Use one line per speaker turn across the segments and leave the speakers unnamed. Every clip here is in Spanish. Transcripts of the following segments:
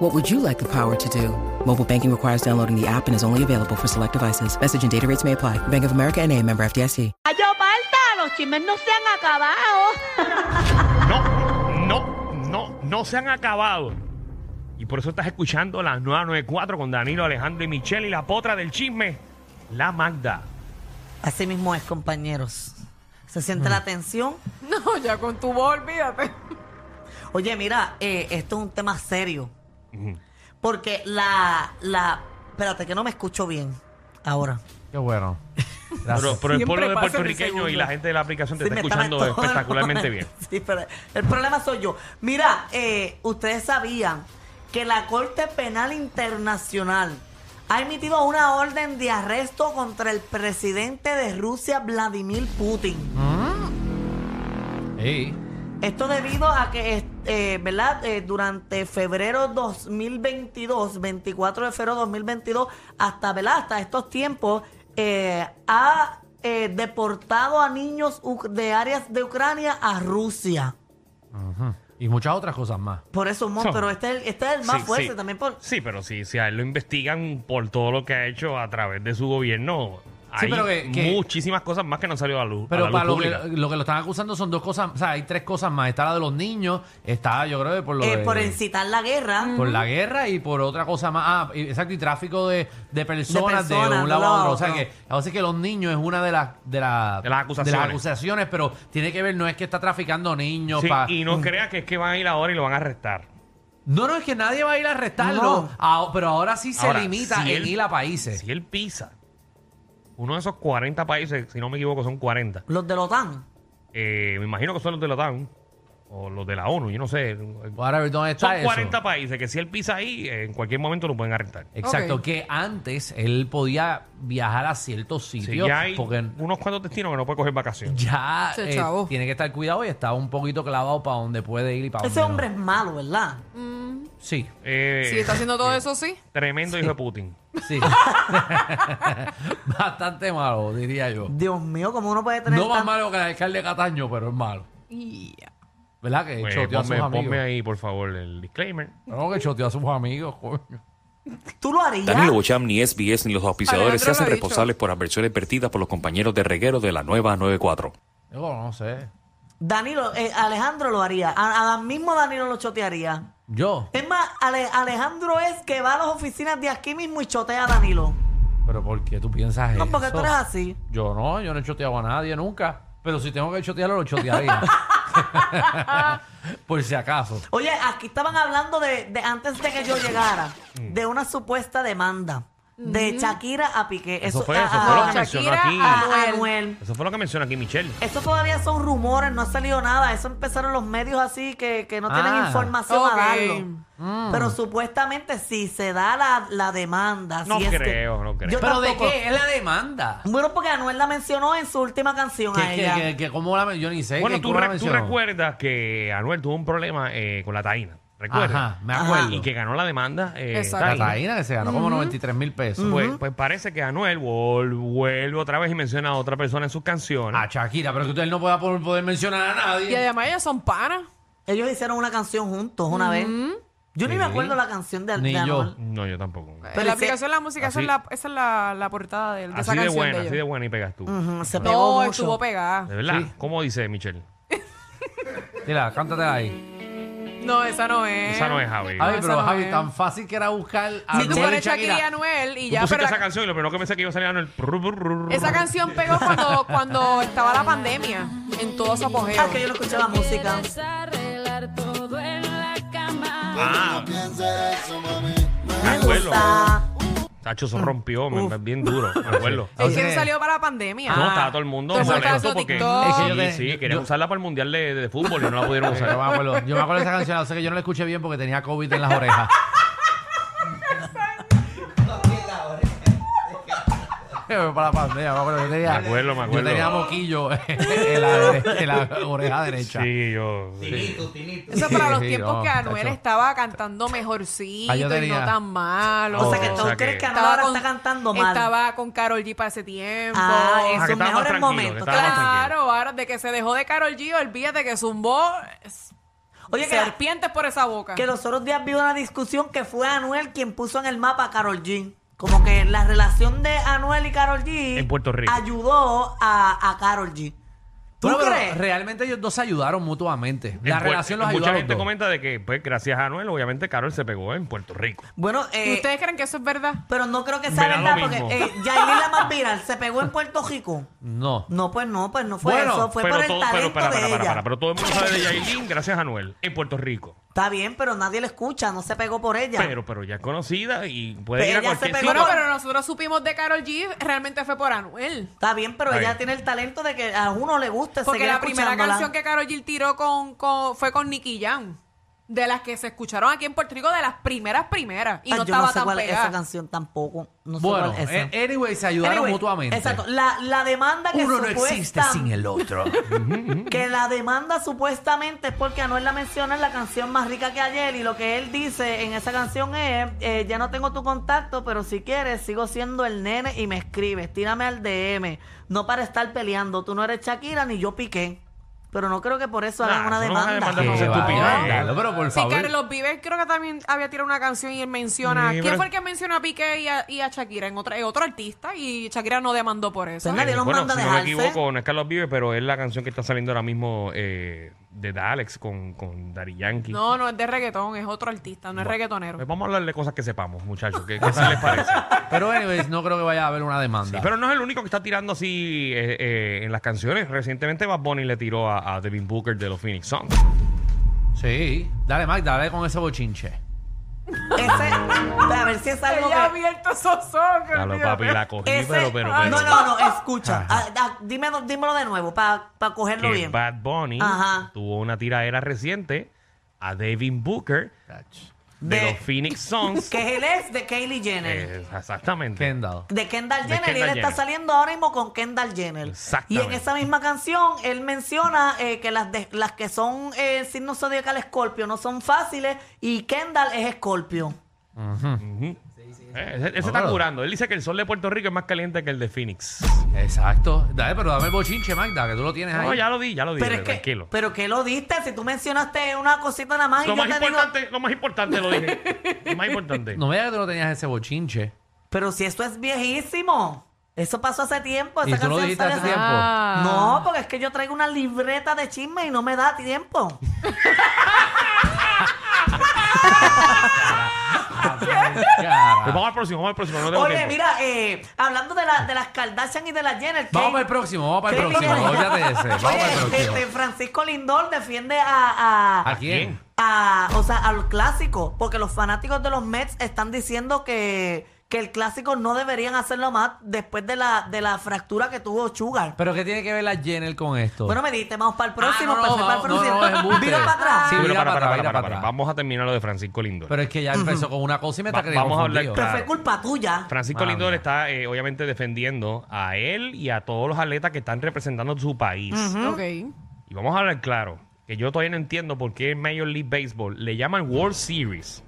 What would you like the power to do? Mobile banking requires downloading the app and is only available for select devices. Message and data rates may apply. Bank of America and a member FDIC.
Yo, falta, los chismes no se han acabado.
No, no, no, no se han acabado. Y por eso estás escuchando las 994 con Danilo, Alejandro y Michelle y la potra del chisme, la Magda.
Así mismo es, compañeros. Se siente
Mm.
la tensión.
No, ya con tu voz, olvídate.
Oye, mira, eh, esto es un tema serio. Porque la, la... Espérate, que no me escucho bien ahora.
Qué bueno.
Pero,
Gracias.
pero el
Siempre
pueblo de
pasa en
puertorriqueño
segundos.
y la gente de la aplicación te
Sí,
está
me
escuchando
estaba-
espectacularmente bien.
Sí, pero el problema soy yo. Mira, eh, ustedes sabían que la Corte Penal Internacional ha emitido una orden de arresto contra el presidente de Rusia, Vladimir Putin.
Ey,
Esto debido a que, es- eh, ¿verdad? Eh, durante febrero 2022, 24 de febrero 2022, hasta, ¿verdad? Hasta estos tiempos, eh, ha eh, deportado a niños uc- de áreas de Ucrania a Rusia.
Y muchas otras cosas más.
Por eso, mon,
So-
pero este, es el- este es el más
Sí,
fuerte
sí.
también. Por,
Sí, pero si, si a él lo investigan por todo lo que ha hecho a través de su gobierno,
Sí,
hay
pero que- que-
muchísimas cosas más que no han salido a la luz. a
Pero
la
para
luz
lo que,
pública.
lo que lo están acusando son dos cosas, o sea, hay tres cosas más. Está la de los niños, está, yo creo, que por lo
eh,
de-
por incitar la guerra.
por la guerra y por otra cosa más. Ah, y- exacto, y tráfico de, de personas de,
personas,
un lado a otro.
no,
O sea,
no.
que, así que los niños es una de las, de, la-
De las acusaciones.
de las acusaciones, pero tiene que ver, no es que está traficando niños.
Sí,
pa- Mm.
y no creas que es que van a ir ahora y lo van a arrestar.
no, no, es que nadie va a ir a arrestarlo,
No.
Ah, pero ahora sí se
Ahora,
limita
si
en
él-
ir a países.
Si él pisa uno de esos 40 países, si no me equivoco, son 40.
Los de la OTAN.
Eh, me imagino que son los de la OTAN o los de la ONU, yo no sé.
Whatever, ¿dónde está
Son
eso?
40 países que si él pisa ahí, eh, en cualquier momento lo pueden arrestar.
Exacto,
Ok.
que antes él podía viajar a ciertos
Sí,
sitios
ya hay
porque
unos cuantos destinos que no puede coger vacaciones.
ya
Se
eh,
chavó.
tiene que estar cuidado y está un poquito clavado para donde puede ir y para
Ese
dónde no.
hombre es malo, ¿verdad?
Sí,
Eh,
Si está haciendo todo eso, sí.
Tremendo hijo de Putin.
sí. Bastante malo, diría yo.
Dios mío, ¿cómo uno puede tener
No más
tan-
malo que el alcalde de Cataño, pero es malo. ¿Verdad? Que
Pues,
choteó a sus
ponme,
amigos.
ponme ahí, por favor, el disclaimer.
No, que choteó a sus amigos, coño.
¿Tú lo harías?
Danilo Bocham, ni SBS, ni los auspiciadores
Alejandro
se hacen
lo ha dicho.
responsables por adversiones vertidas por los compañeros de reguero de la nueva 94.
Yo no sé.
Danilo, eh, Alejandro lo haría. A, a- mismo Danilo lo chotearía.
Yo,
Es más, Ale- Alejandro es que va a las oficinas de aquí mismo y chotea a Danilo.
pero ¿por qué tú piensas
No,
eso?
porque tú eres así.
Yo no, yo no he choteado a nadie nunca. Pero si tengo que chotearlo, lo chotearía. Por si acaso.
Oye, aquí estaban hablando de, de antes de que yo llegara, de una supuesta demanda de Shakira a Piqué.
Eso
Eso,
fue,
a-
eso
a-
fue lo que
a-
mencionó
Shakira,
aquí.
Ah,
a- a
Anuel.
Anuel.
Eso fue lo que menciona aquí Michelle.
Eso todavía son rumores, no ha salido nada. Eso empezaron los medios así que, que no tienen
Ah,
información
ok.
a darlo.
Mm.
Pero supuestamente si se da la, la demanda.
No
si es que-
creo, no creo.
Yo
¿Pero de
tampoco-
qué? Es la demanda.
Bueno, porque Anuel la mencionó en su última canción
Que,
a
que,
ella.
que- que cómo la men- yo ni sé.
Bueno,
que
tú,
cómo la
re- tú
mencionó.
recuerdas que Anuel tuvo un problema eh, con la taína. ¿Recuerdas? Ah,
Ajá, me
Ajá.
acuerdo.
Y que ganó la demanda. eh,
Exacto.
la
taína.
taína que se ganó como 93 mil pesos.
Pues, pues parece que Anuel vol- vuelve otra vez y menciona a otra persona en sus canciones.
A Ah, Shakira, pero que usted no pueda por- poder mencionar a
Y
nadie.
además ellas son panas.
Ellos hicieron una canción juntos una vez. Yo ni me
Sí.
acuerdo la canción de,
Ni
de
yo.
Anuel.
no, yo tampoco.
Pero
la
ese-
aplicación de la música, esa
así-
es la, esa es la, la portada de, de esa
Así de
canción
buena,
de
así de
ellos.
buena y pegas tú.
Mm, Se pegó
No,
mucho.
estuvo
¿De
pegada.
verdad?
Sí.
¿Cómo dice Michelle?
Mira, cántatela ahí.
No, esa no es.
Esa no es Javi.
Ay,
esa
pero
no
Javi,
es.
tan fácil que era buscar a
Si tú
Anuel y
pones Shakira y Anuel y
Tú
ya,
pusiste
pero la-
esa canción y lo primero que pensé que iba a salir Anuel. Ru, ru, ru, ru.
esa canción pegó cuando, cuando estaba la pandemia, en todo su apogeo.
Ah, que yo no escuché la música.
arreglar todo en la cama.
Ah,
Me
acuerdo.
gusta.
Tacho, eso rompió, me, bien duro, me acuerdo.
Es que
Entonces-
no salió para la pandemia.
Ah.
no, estaba todo el mundo
todo el mundo
molesto
estaba
porque
TikTok.
Es que yo
sí,
te-
sí,
yo-
querían usarla para el mundial de, de fútbol y no la pudieron
Yo me
usar.
acuerdo, yo me acuerdo de esa canción, o sea que yo no la escuché bien porque tenía COVID en las orejas. para la pandemia. me acuerdo, yo tenía-
Me acuerdo, me
Yo
acuerdo.
tenía moquillo en la, en la oreja derecha.
Sí, yo. sí.
Eso para los
Sí,
tiempos
no,
que Anuel
tacho.
estaba cantando
Ah, yo
mejorcito y
tenía-
no tan malo.
O sea que
Oh,
tú
o sea
crees
que-
que Anuel ahora está cantando mal.
Estaba con Carol G para ese tiempo.
Ah, en
Ah, que
sus
estaba más
mejores
tranquilo,
momentos.
que estaba más
Claro.
Claro, ahora de que se dejó de Carol G, olvídate que zumbó es-
Oye, que, la-
serpientes por esa boca.
que los otros días vi una discusión que fue Anuel quien puso en el mapa a Carol G. Como que la relación de Anuel y Carol G
En Puerto Rico.
ayudó a, a Carol G. ¿Tú
Bueno, pero
crees?
realmente ellos dos se ayudaron mutuamente.
En
La
Puer-
relación los ayudó
Mucha
a los
gente
dos.
comenta de que, pues, gracias a Anuel, obviamente Carol se pegó en Puerto Rico.
Bueno,
¿Y
eh,
ustedes creen que eso es verdad?
pero no creo que sea
Me da lo
verdad
mismo.
porque eh, Yailin la más viral se pegó en Puerto Rico.
No.
No, pues no, pues no fue
Bueno,
eso, fue
pero
por el
todo,
talento
pero, para, para,
de
para,
ella.
para, pero todo el mundo sabe de Yailin gracias a Anuel en Puerto Rico.
Está bien, pero nadie la escucha, no se pegó por ella.
Pero, pero ya es conocida y puede
Pero
ir a
ella
cualquier
se
sitio.
pegó-
Bueno, pero nosotros supimos de Carol G, realmente fue por Anuel.
Está bien, pero
Está
ella
bien.
tiene el talento de que a uno le gusta
Porque
seguir
la primera
escuchándola.
canción que Carol G tiró con, con- fue con Nicky Jam. De las que se escucharon aquí en Puerto Rico, de las primeras, primeras. Y
Ay,
no
yo no
estaba
sé
tan
cuál es esa
pegada.
canción tampoco. No sé
Bueno,
cuál es esa.
eh, anyway, se ayudaron
Anyway,
mutuamente.
Exacto. La, la demanda que
Uno no existe
supuesta-
sin el otro.
Que la demanda supuestamente es porque Anuel la menciona en la canción más rica que ayer y lo que él dice en esa canción es, eh, ya no tengo tu contacto, pero si quieres sigo siendo el nene y me escribes, tírame al DM, no para estar peleando, tú no eres Shakira ni yo piqué, pero no creo que por eso hagan
Nah,
una
Ah, eso no es una demanda,
demanda.
Que
no se
vaya,
estupidez.
Carlos, pero por
Sí,
favor.
Carlos Vives creo que también había tirado una canción y él menciona...
Sí,
¿Quién
pero-
fue el que menciona a Piqué y a, y a Shakira? En otra, en otro artista y Shakira no demandó por eso.
Pues nadie nos
bueno,
manda a
si no me
dejarse.
equivoco, no es Carlos Vive, pero es la canción que está saliendo ahora mismo eh, de Dalex con, con Dari Yankee.
No, no es de reggaetón, es otro artista, no es reggaetonero.
Pues vamos a hablar de cosas que sepamos, muchachos. ¿Qué, qué tal les parece?
Pero, anyways, no creo que vaya a haber una demanda.
Pero no es el único que está tirando así eh, eh, en las canciones. Recientemente Bad Bunny le tiró a, a Devin Booker de los Phoenix Suns.
Sí. Dale, Mike, dale con ese bochinche.
Ese- a ver si es algo
Ella ha
que...
abierto esos ojos.
Claro,
olvídate.
papi, la cogí,
Ese-
pero, pero,
Ay,
pero.
no, no, no, escucha. Ah, ah, dímelo, dímelo de nuevo para cogerlo
que
bien.
Bad Bunny
Ajá.
tuvo una tiradera reciente a Devin Booker de,
De-
los Phoenix Suns.
Que él es de Kylie Jenner.
Eh, exactamente.
Kendall.
De Kendall
De
Jenner, y él
Kendall
está
Jenner.
saliendo ahora mismo con Kendall Jenner. Y
Exactamente.
en esa misma canción, él menciona eh, que las, de- las que son eh, signo zodiacal escorpio no son fáciles y Kendall es escorpio.
Eh, ese- ese
No,
está
pero-
curando. Él dice que el sol de Puerto Rico es más caliente que el de Phoenix.
Exacto. Dale, pero dame el bochinche, Magda, que tú lo tienes ahí.
No, ya lo di, ya lo di.
Pero es que,
tranquilo.
pero que lo diste, si tú mencionaste una cosita nada más y
lo,
yo
más
te digo,
importante, lo más importante lo dije. lo más importante.
No me digas que tú no tenías ese bochinche.
pero si eso es viejísimo, eso pasó hace tiempo,
Y
esa
tú lo
canción
dijiste
sale
hace
hace-
tiempo.
Ah.
No, porque es que yo traigo una libreta de chisme y no me da tiempo.
Pues
Cara.
vamos al próximo, vamos al próximo. No tengo
Oye,
tiempo.
mira, eh, hablando de, la- de las Kardashian y de las Jenner,
Vamos
Kate-
para el próximo, vamos para el
¿Qué
próximo.
tiene?
Olvídate de ese. Vamos para el
Oye,
próximo.
este, Francisco Lindor defiende a, a,
¿A quién?
a- o sea, al clásico, porque los fanáticos de los Mets están diciendo que, que el clásico no deberían hacerlo más después de la, de la fractura que tuvo Sugar.
¿Pero qué tiene que ver la Jenner con esto?
Bueno, me dijiste, vamos para el próximo,
Ah, no, no,
pasé para el
no, no,
próximo.
no, es embuste.
Vira para atrás.
Sí,
Pero
mira
para, para,
para,
para,
mira
para,
para
para.
atrás.
Vamos a terminar lo de Francisco Lindor.
Pero es que ya empezó con una cosa y me está
Va-
quedando
vamos a hablar
confundido.
Pero
claro.
fue culpa tuya.
Francisco
Mala
Lindor
mía.
está eh, obviamente defendiendo a él y a todos los atletas que están representando su país.
Ok.
Y vamos a hablar claro, que yo todavía no entiendo por qué en Major League Baseball le llaman World Series.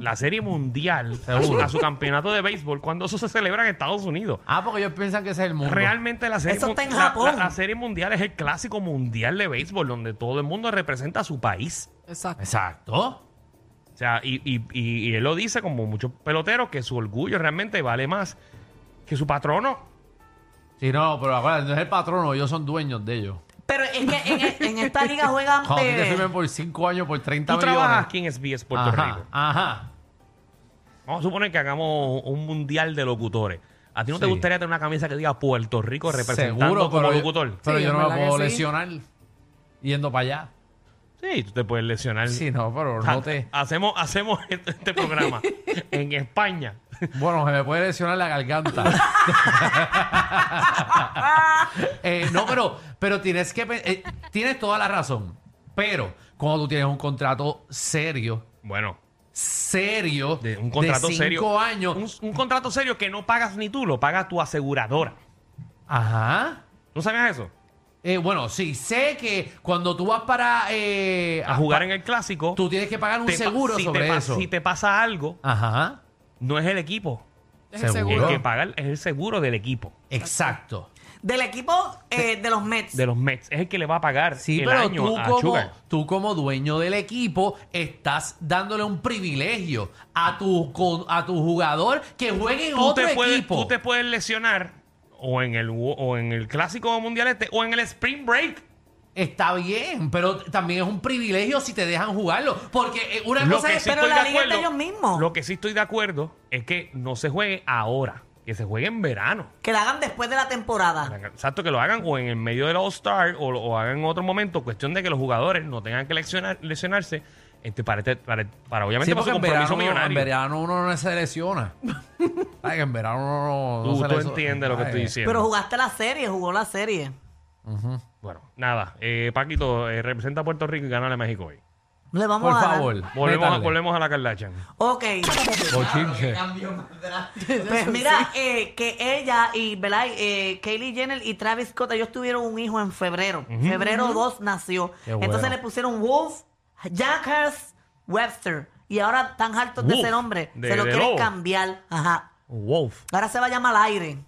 La serie mundial a su,
Seguro.
a su campeonato de béisbol cuando eso se celebra en Estados Unidos.
Ah, porque ellos piensan que ese es el mundo.
Realmente la serie,
Eso
mu-
está en
la- la-
Japón.
la serie mundial es el clásico mundial de béisbol donde todo el mundo representa a su país.
Exacto.
Exacto.
O sea, y, y- y- y él lo dice como muchos peloteros que su orgullo realmente vale más que su patrono.
Sí, no, pero acuérdate, no es el patrono, ellos son dueños de ellos.
Pero es que en, en esta liga juegan.
Cuando a ti te
eh,
firmen por 5 años, por 30
Ah, Tú
millones.
trabajas aquí en SBS Puerto
ajá,
Rico.
Ajá.
Vamos a suponer que hagamos un mundial de locutores. ¿A ti no te
Sí.
gustaría tener una camisa que diga Puerto Rico Pues representando
Seguro,
como
pero yo,
locutor?
pero
Sí,
yo
en
no me
verdad
puedo
que sí.
lesionar yendo para allá.
Sí, tú te puedes lesionar.
Sí, no, pero
Ha-
no te...
Hacemos, hacemos este, este programa en España.
Bueno, se me puede lesionar la garganta. Eh, no, pero, pero tienes que... pe- eh, tienes toda la razón. Pero cuando tú tienes un contrato serio,
Bueno,
serio
De un contrato
cinco
serio.
años.
Un, un contrato serio que no pagas ni tú, lo paga tu aseguradora.
Ajá.
¿No sabías eso?
Eh, bueno, sí, sé que cuando tú vas para eh,
A jugar en el clásico.
tú tienes que pagar un
te pa-
seguro
si te
sobre
pa-
eso.
Si te pasa algo,
Ajá.
no es el equipo.
Es el
Seguro.
seguro.
El que paga el- es el seguro del equipo,
Exacto.
Del equipo eh, de los Mets.
de los Mets. Es el que le va a pagar
Sí,
el
pero
año
tú,
a
como,
Sugar.
tú como dueño del equipo estás dándole un privilegio a tu, co- a tu jugador que juegue en
Tú
otro
te, puedes,
equipo.
tú te puedes lesionar o en el o en el clásico mundial este o en el spring break.
Está bien, pero también es un privilegio si te dejan jugarlo. Porque eh, una
Lo
cosa
que
es...
sí
pero
estoy
la
de
liga es de
acuerdo,
ellos mismos.
Lo que sí estoy de acuerdo es que no se juegue ahora, que se juegue en verano.
Que la hagan después de la temporada.
Exacto, que lo hagan o en el medio del All-Star o, lo- o hagan en otro momento. Cuestión de que los jugadores no tengan que lesionar- lesionarse este, para, este- para, para, obviamente
Sí,
para
porque
su
en
compromiso
verano, en
millonario.
verano uno no se lesiona. Ay, que en verano uno no, no
Tú,
se
tú
leso-
entiendes lo que
Ay,
estoy diciendo.
Pero jugaste la serie, jugó la serie.
Bueno, nada. Eh, Paquito, eh, representa a Puerto Rico y gana a México hoy.
No Le vamos
Por
a dar.
favor.
Volvemos, a,
métale.
volvemos a la Kardashian.
Ok.
Bochinche.
Pues mira, eh, que ella y ¿verdad? Eh, Kylie Jenner y Travis Scott, ellos tuvieron un hijo en febrero. Febrero 2 nació.
Qué bueno.
Entonces le pusieron Wolf, Jackers, Webster. Y ahora están hartos de
Wolf,
ese nombre.
de-
se lo
de
quieren
lobo.
cambiar. Ajá.
Wolf.
Ahora se va a llamar Aire.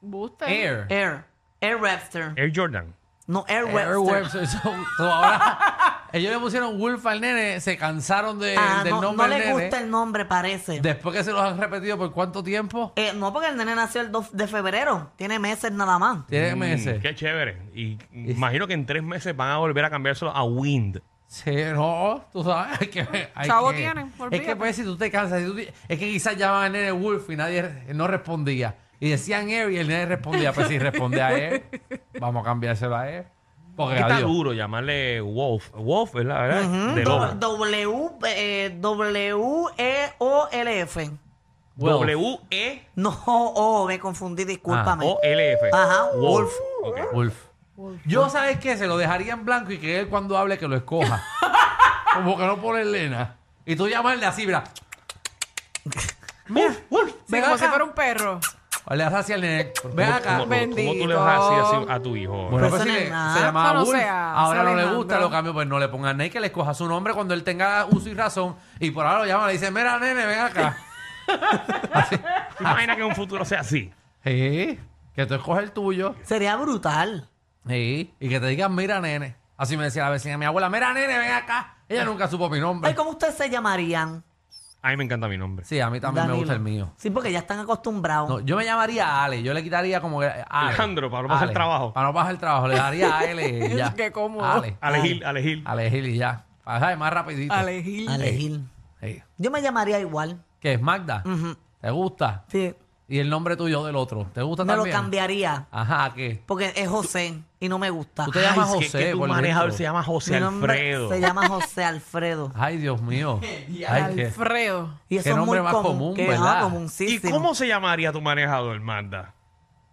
Buste.
Air.
Air. Air Webster.
Air Jordan.
No, Air,
Air
Webster.
Webster. So- so ahora, ellos le pusieron Wolf al nene, se cansaron de-
Ah,
del
no,
nombre
no
del
le
nene.
gusta el nombre, parece.
Después que se los han repetido por cuánto tiempo,
Eh, no, porque el nene nació el 2 de febrero. Tiene meses nada más.
tiene meses.
Mm, qué chévere. Y imagino que en tres meses van a volver a cambiárselo a Wind.
Sí, no, tú sabes hay que hay
Chavo
que-
tienen,
Es que
olvídate.
pues si tú te cansas, si tú te- es que quizás llamaban al nene Wolf y nadie re- no respondía. Y decían Air y el nene respondía, pues si responde a Air, vamos a cambiárselo a Air. Porque
Es que está
adiós.
duro llamarle Wolf. Wolf, ¿verdad? ¿verdad? De
Do-
lobo.
W, eh, E W-E-O-L-F.
Wolf.
W-E-O-L-F.
No, oh, me confundí, discúlpame.
Ah,
Ajá, Wolf.
Ok.
Wolf. Yo, ¿sabes qué? Se lo dejaría en blanco y que él cuando hable que lo escoja. Como que no pone Elena. Y tú llamarle así, mira. Wolf, Wolf,
Sí,
ven
como si
acá.
fuera un perro.
O le das así al nene. Ven
¿Cómo- ¿Cómo, cómo-
acá.
cómo tú le
Bendito.
vas así, así a tu hijo?
Bueno,
Pero
pues
eso
sí
no es
le-
nada.
se llamaba
Eso no
Wolf.
se hace,
ahora no le
Alejandro.
gusta, lo cambio, pues no le pongan nada y que le escoja su nombre cuando él tenga uso y razón. Y por ahora lo llama, le dice, mira, nene, ven acá.
¿Te imaginas que en un futuro sea así?
Sí, que tú escoges el tuyo.
Sería brutal.
Sí, y que te digan, mira, nene. Así me decía la vecina, mi abuela, mira, nene, ven acá. Ella nunca supo mi nombre.
Ay, ¿cómo ustedes se llamarían?
A mí me encanta mi nombre.
Sí, a mí también
Danilo?
me gusta el mío.
Sí, porque ya están acostumbrados.
No, yo me llamaría Ale, yo le quitaría como que Ale,
Alejandro, para no pasar
Ale,
el trabajo.
Para no pasar el trabajo, le daría a Ale y ya.
Qué cómodo.
Ale,
Alejil, Alejil.
Ale Gil y ya. Para saber, más rapidito.
Alejil.
Elegir.
Sí.
Yo me llamaría igual.
¿Qué es Magda?
Mm.
¿Te gusta?
Sí.
Y el nombre tuyo del otro. ¿Te gusta
Me lo
también?
cambiaría.
Ajá, ¿qué?
Porque es José y no me gusta.
Tú te llamas
Ay, es que-
José,
que tu
por lo
manejador
visto.
se llama José
Mi nombre
Alfredo.
Se llama José Alfredo.
Ay, Dios mío. Ay, qué-
Alfredo.
Y eso
Qué
es muy
nombre más
común,
común,
que,
¿verdad?
ah,
¿Y
comuncísimo.
cómo se llamaría tu manejador, Magda?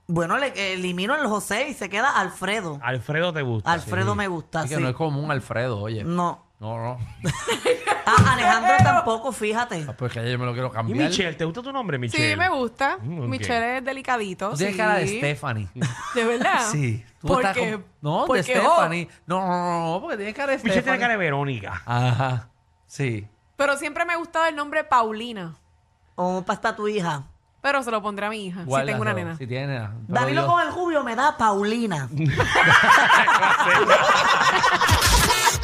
Bueno, le eh, elimino el José y se queda Alfredo.
Alfredo te gusta.
Alfredo me gusta,
Ah, Es que
sí.
no es común Alfredo, oye.
Mm.
No,
No.
no.
Ah, Alejandro tampoco, fíjate.
Ah, Pues que yo me lo quiero
¿Y
cambiar.
Michelle? ¿Te gusta tu nombre, Michelle?
Sí, me gusta.
Mm, ok.
Michelle es delicadito.
Tú tienes
sí.
cara de Stephanie. Ah.
¿De verdad?
Sí. Tú
¿Por
estás
qué?
como- No, de
Porque, oh,
Stephanie. No, no, no, no, porque tienes cara de Stephanie.
Michelle tiene cara de Verónica.
Ajá. Sí.
oh, Pero siempre me ha gustado el nombre Paulina.
O para estar tu hija.
Pero se lo pondré a mi hija. si tengo una
Guárdaselo,
nena.
Si tiene nena. Pero
Danilo
Dios-
con el rubio me da Paulina.